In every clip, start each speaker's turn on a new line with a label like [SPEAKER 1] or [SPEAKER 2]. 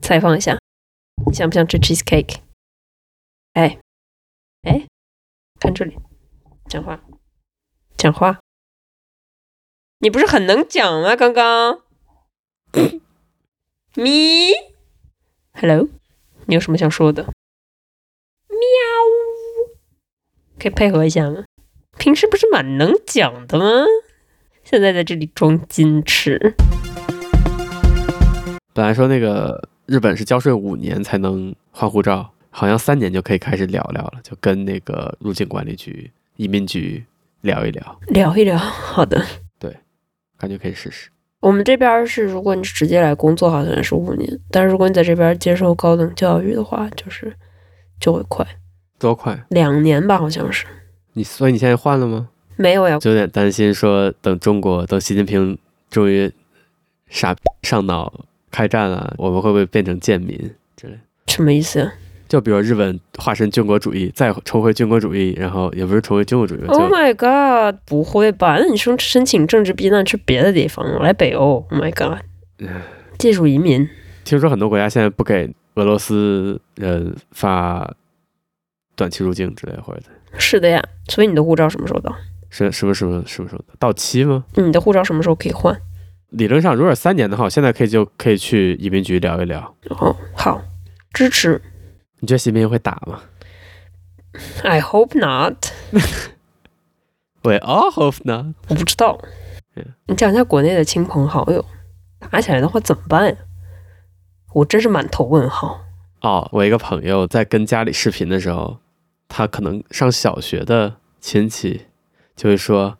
[SPEAKER 1] 采访一下，你想不想吃 cheesecake？哎，哎，看这里，讲话，讲话，你不是很能讲吗？刚刚 咪，hello，你有什么想说的？喵，可以配合一下吗？平时不是蛮能讲的吗？现在在这里装矜持，
[SPEAKER 2] 本来说那个日本是交税五年才能换护照，好像三年就可以开始聊聊了，就跟那个入境管理局、移民局聊一聊，
[SPEAKER 1] 聊一聊。好的，
[SPEAKER 2] 感觉可以试试。
[SPEAKER 1] 我们这边是，如果你是直接来工作，好像是五年，但是如果你在这边接受高等教育的话，就是就会快
[SPEAKER 2] 多快？
[SPEAKER 1] 两年吧，好像是
[SPEAKER 2] 你所以你现在换了吗？
[SPEAKER 1] 没有呀，
[SPEAKER 2] 就有点担心说，等中国等习近平终于傻逼上脑开战了，我们会不会变成贱民之类的？
[SPEAKER 1] 什么意思呀、
[SPEAKER 2] 就比如日本化身军国主义，再重回军国主义，然后也不是重回军国主义吧，
[SPEAKER 1] Oh
[SPEAKER 2] 就
[SPEAKER 1] my god！不会吧？那你申申请政治避难去别的地方，来北欧？Oh my god！技术移民
[SPEAKER 2] 听说很多国家现在不给俄罗斯人发短期入境之类的或者
[SPEAKER 1] 是的呀。所以你的护照什么时候到？
[SPEAKER 2] 是什么什么什么什么到期吗？
[SPEAKER 1] 你的护照什么时候可以换？
[SPEAKER 2] 理论上，如果是三年的话，我现在可以就可以去移民局聊一聊。
[SPEAKER 1] 哦，好，支持。
[SPEAKER 2] 你觉得习近平会打吗
[SPEAKER 1] I hope not。
[SPEAKER 2] ？We all hope 呢。
[SPEAKER 1] 我不知道
[SPEAKER 2] Yeah.。
[SPEAKER 1] 你讲一下国内的亲朋好友，打起来的话怎么办呀？我真是满头问号。
[SPEAKER 2] 哦，我一个朋友在跟家里视频的时候，他可能上小学的亲戚就会说：“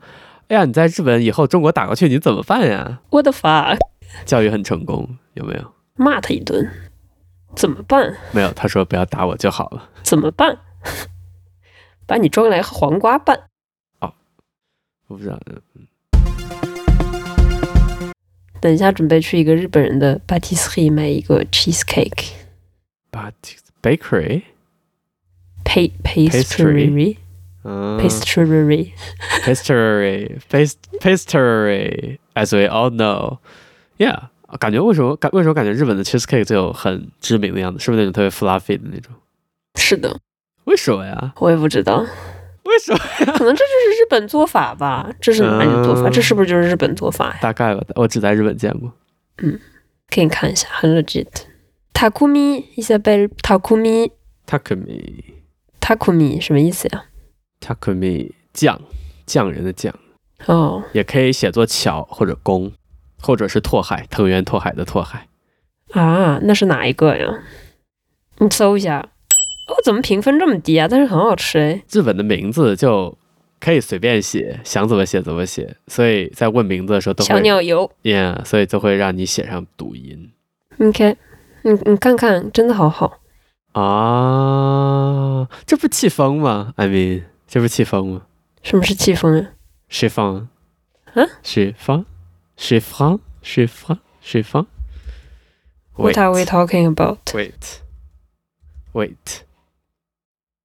[SPEAKER 2] 哎呀，你在日本以后中国打过去，你怎么办呀
[SPEAKER 1] 我的 fuck！？”
[SPEAKER 2] 教育很成功，有没有？
[SPEAKER 1] 骂他一顿，怎么办？
[SPEAKER 2] 没有，他说不要打我就好了。
[SPEAKER 1] 怎么办？ 把你装来黄瓜拌。
[SPEAKER 2] 我不知道，嗯
[SPEAKER 1] 等一下准备去一个日本人的 p a t i s s e r i e 买一个 cheesecake
[SPEAKER 2] ，but bakery，
[SPEAKER 1] pa pastry
[SPEAKER 2] 嗯
[SPEAKER 1] pastry
[SPEAKER 2] ，pastry past pastry as we all know，yeah，感觉为什么感为什么感觉日本的 cheesecake 就有很知名的样子，是不是那种特别 fluffy 的那种？
[SPEAKER 1] 是的，
[SPEAKER 2] 为什么呀？
[SPEAKER 1] 我也不知道，
[SPEAKER 2] 为什么？
[SPEAKER 1] 可能这就是日本做法吧，这是哪里的做法？
[SPEAKER 2] 嗯
[SPEAKER 1] 这是不是就是日本做法呀？
[SPEAKER 2] 大概吧，我只在日本见过。
[SPEAKER 1] 给你看一下，很 legit。Takumi Isabel Takumi
[SPEAKER 2] Takumi
[SPEAKER 1] Takumi 什么意思呀？
[SPEAKER 2] Takumi 匠匠人的匠，
[SPEAKER 1] 哦
[SPEAKER 2] 也可以写作巧或者工，或者是拓海藤原拓海的拓海。
[SPEAKER 1] 啊，那是哪一个呀？你搜一下，哦，怎么评分这么低啊？但是很好吃哎。
[SPEAKER 2] 日本的名字就可以随便写，想怎么写怎么写，所以在问名字的时候都
[SPEAKER 1] 小
[SPEAKER 2] 会
[SPEAKER 1] 鸟油
[SPEAKER 2] yeah，所以都会让你写上读音
[SPEAKER 1] ，OK，你你看看，真的好好。
[SPEAKER 2] 啊，这不气疯吗？I mean，这不气疯吗？
[SPEAKER 1] 什么是气风啊呀？
[SPEAKER 2] 谁放？
[SPEAKER 1] 嗯，
[SPEAKER 2] 谁放？谁放？谁放？谁放
[SPEAKER 1] What are we talking about？
[SPEAKER 2] Wait, wait，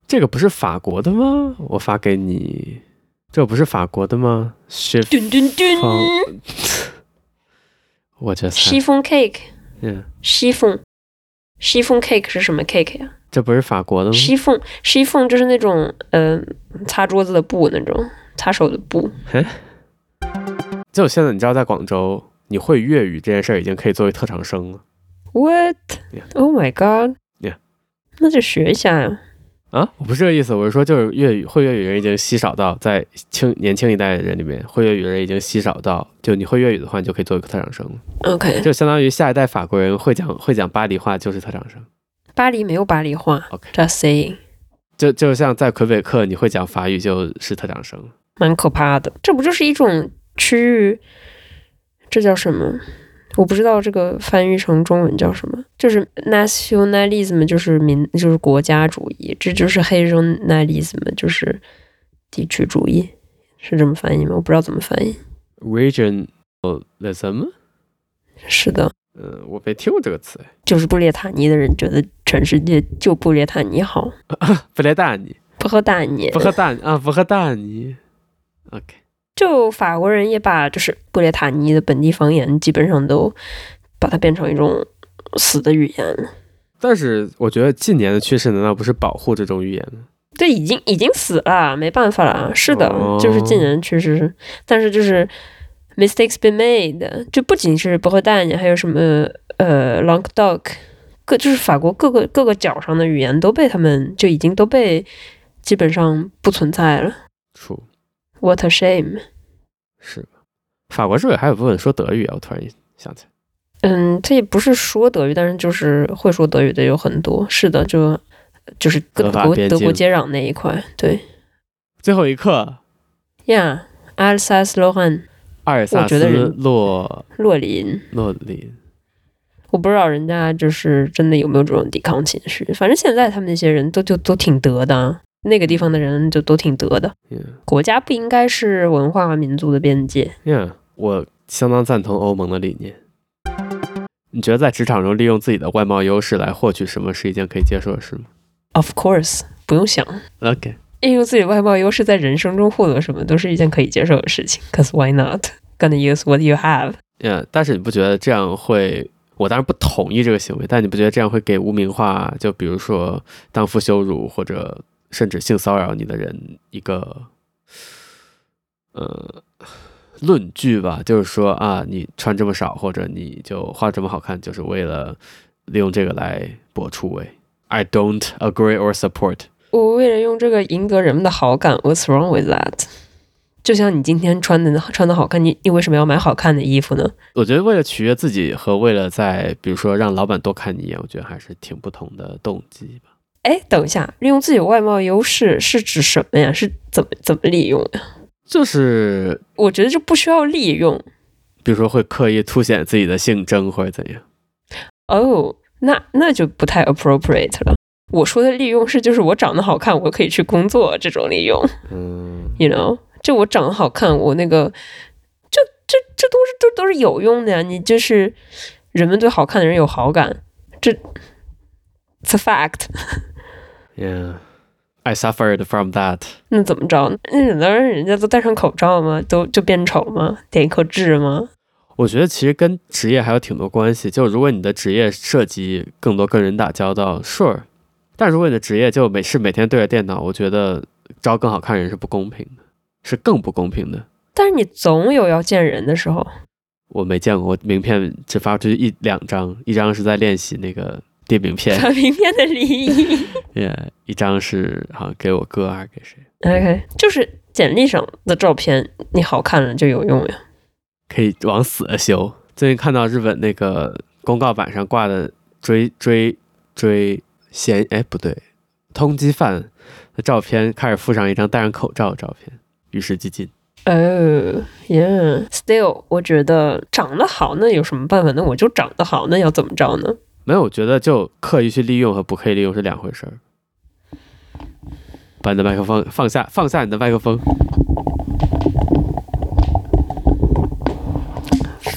[SPEAKER 2] 这个不是法国的吗？我发给你，这不是法国的吗？Shift，
[SPEAKER 1] 噔噔噔，
[SPEAKER 2] 放我觉得
[SPEAKER 1] 西风 cake，
[SPEAKER 2] 嗯，
[SPEAKER 1] 西风，西风 cake 是什么 cake 呀？
[SPEAKER 2] 这不是法国的吗？
[SPEAKER 1] 西风，西风就是那种呃擦桌子的布那种，擦手的布。
[SPEAKER 2] 就现在，你知道，在广州，你会粤语这件事儿已经可以作为特长生了。Yeah.
[SPEAKER 1] What？Oh Oh my god！
[SPEAKER 2] Yeah.
[SPEAKER 1] 那就学一下呀。
[SPEAKER 2] 啊，我不是这个意思，我是说，就是粤语会粤语人已经稀少到在青年轻一代的人里面，会粤语人已经稀少到，就你会粤语的话，你就可以做一个特长生了，
[SPEAKER 1] OK，
[SPEAKER 2] 就相当于下一代法国人会讲会讲巴黎话就是特长生。
[SPEAKER 1] 巴黎没有巴黎话
[SPEAKER 2] OK，
[SPEAKER 1] ，Just saying，
[SPEAKER 2] 就就像在魁北克，你会讲法语就是特长生。
[SPEAKER 1] 蛮可怕的。这不就是一种区域？这叫什么？我不知道这个翻译成中文叫什么，就是 nationalism，就是民，就是国家主义，这就是 regionalism，就是地区主义，是这么翻译吗？我不知道怎么翻译。
[SPEAKER 2] Regionalism，
[SPEAKER 1] 是的，
[SPEAKER 2] 嗯，我没听过这个词。
[SPEAKER 1] 就是布列塔尼的人觉得全世界就布列塔尼好，
[SPEAKER 2] 不列大尼，
[SPEAKER 1] 不喝大尼
[SPEAKER 2] 不。喝大尼啊，不喝大尼。OK，
[SPEAKER 1] 就法国人也把就是布列塔尼的本地方言基本上都把它变成一种死的语言了。
[SPEAKER 2] 但是我觉得近年的趋势难道不是保护这种语言吗？
[SPEAKER 1] 对，已经已经死了，没办法了。是的，就是近年趋势，但是就是 mistakes been made，就不仅是伯克大你，还有什么呃 Languedoc，各就是法国各个各个角上的语言都被他们就已经都被基本上不存在了。
[SPEAKER 2] 出
[SPEAKER 1] What a shame！
[SPEAKER 2] 是吧？法国是不是还有部分说德语啊？我突然想起来，
[SPEAKER 1] 嗯，他也不是说德语，但是就是会说德语的有很多。是的，就就是跟
[SPEAKER 2] 德法
[SPEAKER 1] 德国
[SPEAKER 2] 边
[SPEAKER 1] 德国
[SPEAKER 2] 境
[SPEAKER 1] 接壤那一块，对
[SPEAKER 2] 最后一刻，
[SPEAKER 1] 呀 a l s a c e l o r a i n
[SPEAKER 2] 阿尔萨
[SPEAKER 1] 觉
[SPEAKER 2] 斯
[SPEAKER 1] 得人
[SPEAKER 2] 洛
[SPEAKER 1] 洛林，
[SPEAKER 2] 洛林，
[SPEAKER 1] 我不知道人家就是真的有没有这种抵抗情绪。反正现在他们那些人都就都挺德的啊，那个地方的人就都挺德的。
[SPEAKER 2] 嗯
[SPEAKER 1] 国家不应该是文化和民族的边界。
[SPEAKER 2] 呀，我相当赞同欧盟的理念。你觉得在职场中利用自己的外貌优势来获取什么是一件可以接受的事吗
[SPEAKER 1] Of course，不用想，
[SPEAKER 2] ？OK，
[SPEAKER 1] 利用自己的外貌优势在人生中获得什么，都是一件可以接受的事情。Cause why not? Gonna use what you have.
[SPEAKER 2] 嗯，但是你不觉得这样会？我当然不同意这个行为，但你不觉得这样会给污名化，就比如说荡妇羞辱或者甚至性骚扰你的人一个呃论据吧？就是说啊，你穿这么少或者你就画这么好看，就是为了利用这个来博出位。I don't agree or support。
[SPEAKER 1] 我为了用这个赢得人们的好感，What's wrong with that？就像你今天穿的穿的好看，你你为什么要买好看的衣服呢？
[SPEAKER 2] 我觉得为了取悦自己和为了在比如说让老板多看你一眼，我觉得还是挺不同的动机吧。
[SPEAKER 1] 哎，等一下，利用自己的外貌优势是指什么呀？是怎么怎么利用呀？
[SPEAKER 2] 就是
[SPEAKER 1] 我觉得就不需要利用
[SPEAKER 2] 比如说会刻意凸显自己的性征或者怎样。
[SPEAKER 1] 哦，那那就不太 appropriate 了。我说的利用是就是我长得好看，我可以去工作这种利用
[SPEAKER 2] 嗯，
[SPEAKER 1] ，you know？就我长得好看，我那个这这这都是这都是有用的呀。你就是人们对好看的人有好感，这 it's a fact。
[SPEAKER 2] Yeah, I suffered from that。
[SPEAKER 1] 那怎么着？那难道让人家都戴上口罩吗？都就变丑吗？点一颗痣吗？
[SPEAKER 2] 我觉得其实跟职业还有挺多关系。就如果你的职业涉及更多跟人打交道，sure。但如果你的职业就每是每天对着电脑，我觉得招更好看人是不公平的，是更不公平的。
[SPEAKER 1] 但是你总有要见人的时候。
[SPEAKER 2] 我没见过，我名片只发出去一两张，一张是在练习那个递名 片，
[SPEAKER 1] 明天的离异。
[SPEAKER 2] yeah, 一张是好像给我哥还是给谁，
[SPEAKER 1] OK，就是简历上的照片，你好看了就有用呀。
[SPEAKER 2] 可以往死了修。最近看到日本那个公告板上挂的追追追嫌哎不对，通缉犯的照片，开始附上一张戴上口罩的照片，与时俱进。
[SPEAKER 1] 哦、yeah，still，我觉得长得好那有什么办法？那我就长得好，那要怎么着呢？
[SPEAKER 2] 没有，我觉得就刻意去利用和不刻意利用是两回事儿。把你的麦克风放下，放下你的麦克风。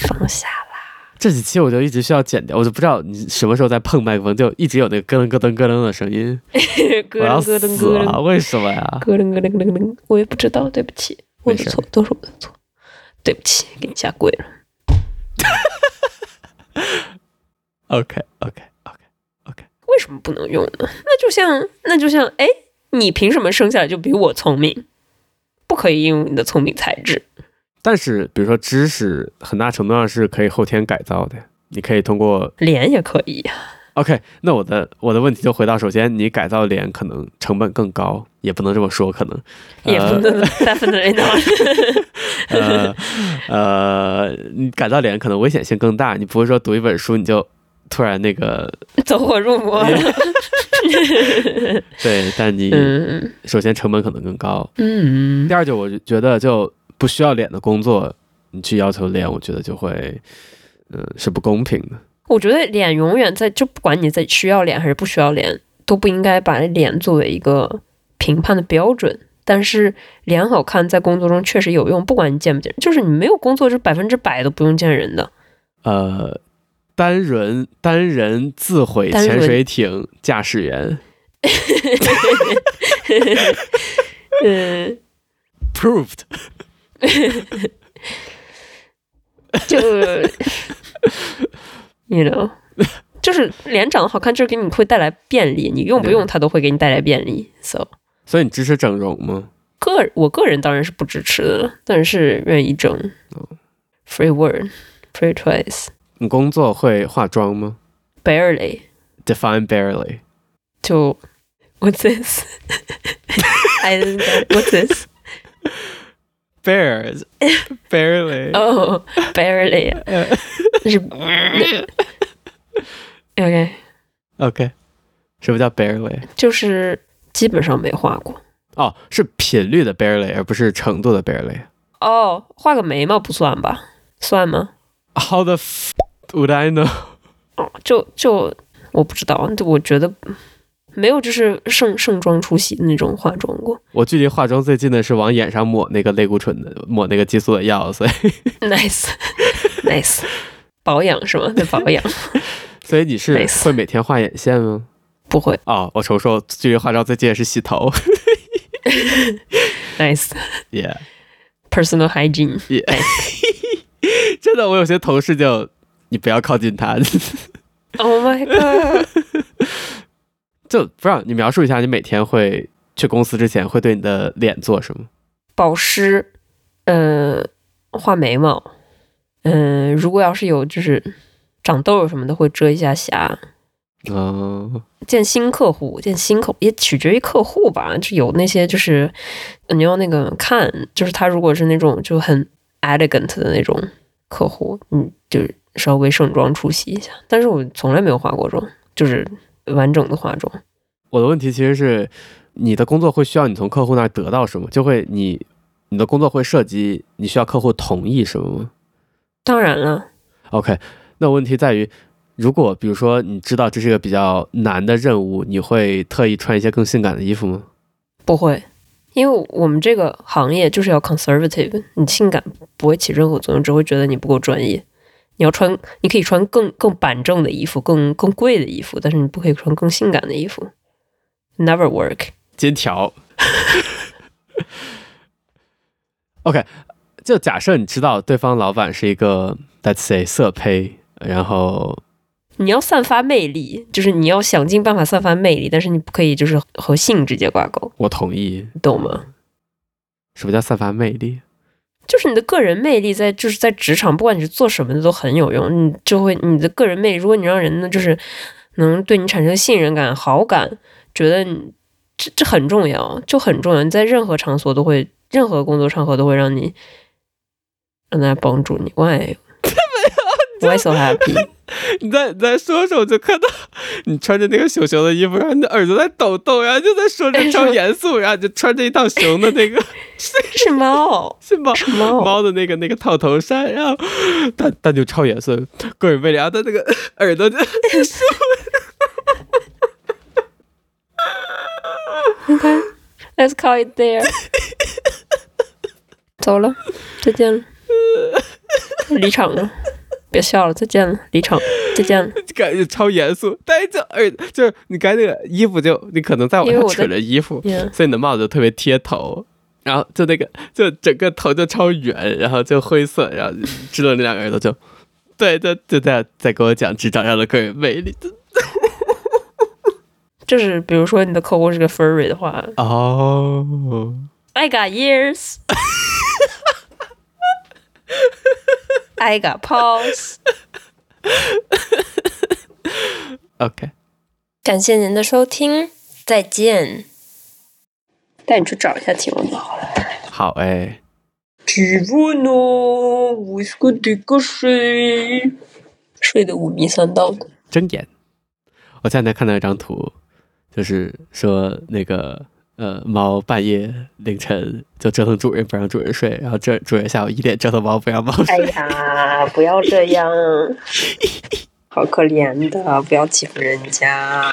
[SPEAKER 1] 放下了。
[SPEAKER 2] 这几期我就一直需要剪掉，我就不知道你什么时候在碰麦克风，就一直有那个咯噔咯噔咯噔的声音，
[SPEAKER 1] 咯
[SPEAKER 2] 我要
[SPEAKER 1] 噔
[SPEAKER 2] 死
[SPEAKER 1] 咯噔咯
[SPEAKER 2] 了！
[SPEAKER 1] 噔，
[SPEAKER 2] 为什么呀？
[SPEAKER 1] 咯噔咯噔咯噔咯噔，我也不知道，对不起，我的错，都是我的错，对不起，给你下跪了。
[SPEAKER 2] OK OK OK，
[SPEAKER 1] 为什么不能用呢？那就像那就像，哎，你凭什么生下来就比我聪明？不可以用你的聪明才智。
[SPEAKER 2] 但是，比如说知识，很大程度上是可以后天改造的。你可以通过
[SPEAKER 1] 脸也可以呀、
[SPEAKER 2] OK，那我的我的问题就回到，首先你改造脸可能成本更高，也不能这么说，可能
[SPEAKER 1] 也不能 definitely not。
[SPEAKER 2] 呃呃，你改造脸可能危险性更大，你不会说读一本书你就突然那个
[SPEAKER 1] 走火入 魔了。
[SPEAKER 2] 对，但你
[SPEAKER 1] 嗯
[SPEAKER 2] 首先成本可能更高。
[SPEAKER 1] 嗯
[SPEAKER 2] 第二就我觉得就不需要脸的工作，你去要求脸，我觉得就会嗯、呃是不公平的。
[SPEAKER 1] 我觉得脸永远在，就不管你在需要脸还是不需要脸，都不应该把脸作为一个评判的标准。但是脸好看在工作中确实有用，不管你见不见，就是你没有工作是百分之百都不用见人的。
[SPEAKER 2] 呃，单人单人自毁
[SPEAKER 1] 单人
[SPEAKER 2] 潜水艇驾驶员
[SPEAKER 1] 嗯。
[SPEAKER 2] proved。
[SPEAKER 1] 就，you know，就是脸长得好看，就是给你会带来便利，你用不用它都会给你带来便利。So，
[SPEAKER 2] 所以你支持整容吗？
[SPEAKER 1] 个我个人当然是不支持的了，但是愿意整。Free word, free choice,
[SPEAKER 2] 你工作会化妆吗
[SPEAKER 1] barely.
[SPEAKER 2] ？Define barely。
[SPEAKER 1] 就 What's this? I didn't get it. What's this?
[SPEAKER 2] Bears barely。
[SPEAKER 1] Oh, barely. 那是 OK，
[SPEAKER 2] OK，什么叫 barely？
[SPEAKER 1] 就是基本上没画过。
[SPEAKER 2] 哦，是频率的 barely，而不是程度的 barely。
[SPEAKER 1] 哦，画个眉毛不算吧？算吗？
[SPEAKER 2] How the f would I know？
[SPEAKER 1] 哦，就就我不知道，我觉得没有就是盛盛装出席的那种化妆 过。
[SPEAKER 2] 我距离化妆最近的是往眼上抹那个类固醇的，抹那个激素的药，所以
[SPEAKER 1] Nice，Nice，保 养是吗？在 保养
[SPEAKER 2] 所以你是
[SPEAKER 1] Nice
[SPEAKER 2] 会每天画眼线吗？
[SPEAKER 1] 不会
[SPEAKER 2] 哦，我重说，我距离化妆最近的是洗头。
[SPEAKER 1] Nice
[SPEAKER 2] yeah，
[SPEAKER 1] personal hygiene。
[SPEAKER 2] 真的，我有些同事就你不要靠近他，
[SPEAKER 1] Oh my god！
[SPEAKER 2] 就不让你描述一下，你每天会去公司之前会对你的脸做什么？
[SPEAKER 1] 保湿，呃，画眉毛，嗯、如果要是有就是长痘什么的，会遮一下瑕。
[SPEAKER 2] 嗯、
[SPEAKER 1] 见新客户，见新客户也取决于客户吧。就有那些就是呃你要那个看，就是他如果是那种就很 elegant 的那种客户，嗯，就稍微盛装出席一下。但是我从来没有化过妆，就是完整的化妆。
[SPEAKER 2] 我的问题其实是，你的工作会需要你从客户那儿得到什么？就会你你的工作会涉及你需要客户同意什么吗
[SPEAKER 1] 当然了，
[SPEAKER 2] ？OK，那问题在于，如果比如说你知道这是一个比较难的任务，你会特意穿一些更性感的衣服吗？
[SPEAKER 1] 不会，因为我们这个行业就是要 conservative，你性感不会起任何作用，只会觉得你不够专业。你要穿，你可以穿更更板正的衣服，更更贵的衣服，但是你不可以穿更性感的衣服。Never work。
[SPEAKER 2] 金条。OK，就假设你知道对方老板是一个，let's say 色胚，然后
[SPEAKER 1] 你要散发魅力，就是你要想尽办法散发魅力，但是你不可以就是和性直接挂钩，
[SPEAKER 2] 我同意，
[SPEAKER 1] 你懂吗？
[SPEAKER 2] 什么叫散发魅力？
[SPEAKER 1] 就是你的个人魅力在就是在职场，不管你是做什么的都很有用，你就会你的个人魅力，如果你让人呢就是能对你产生信任感、好感，觉得你这这很重要，就很重要。你在任何场所都会，任何工作场合都会让你让大家帮助你。Why? Why so happy?
[SPEAKER 2] 你在你在说的时候，我就看到你穿着那个熊熊的衣服，然后你的耳朵在抖动，然后就在说着超严肃，然后你就穿着一套熊的那个
[SPEAKER 1] 是猫，
[SPEAKER 2] 是猫
[SPEAKER 1] 是猫。
[SPEAKER 2] 猫的那个那个套头衫，然后但但就超严肃，个人魅力，然后他那个耳朵就
[SPEAKER 1] OK, let's call it there. 走了，再见了，离场了。别笑了，再见了，离场，再见了。
[SPEAKER 2] 感觉超严肃，但是就耳就是你刚才那个衣服就你可能在往
[SPEAKER 1] 因为
[SPEAKER 2] 上
[SPEAKER 1] 我在
[SPEAKER 2] 扯着衣服，
[SPEAKER 1] Yeah，
[SPEAKER 2] 所以你的帽子就特别贴头。然后就那个，就整个头就超圆，然后就灰色，然后支棱那两个耳朵就， 对，就就在在跟我讲职场上的个人魅力。
[SPEAKER 1] 就是比如说你的客户是个 furry 的话
[SPEAKER 2] 哦，
[SPEAKER 1] ，I got ears, I got paws。
[SPEAKER 2] OK，
[SPEAKER 1] 感谢您的收听，再见。带你去找一下体温吧，好了。
[SPEAKER 2] 好哎，
[SPEAKER 1] 体温呢？我是个得个睡，睡得五迷三道的。
[SPEAKER 2] 睁眼。我前两天看到一张图，就是说那个呃猫半夜凌晨就折腾主人，不让主人睡，然后这主人下午一点折腾猫，不让猫睡。
[SPEAKER 1] 哎呀，不要这样，好可怜的，不要欺负人家。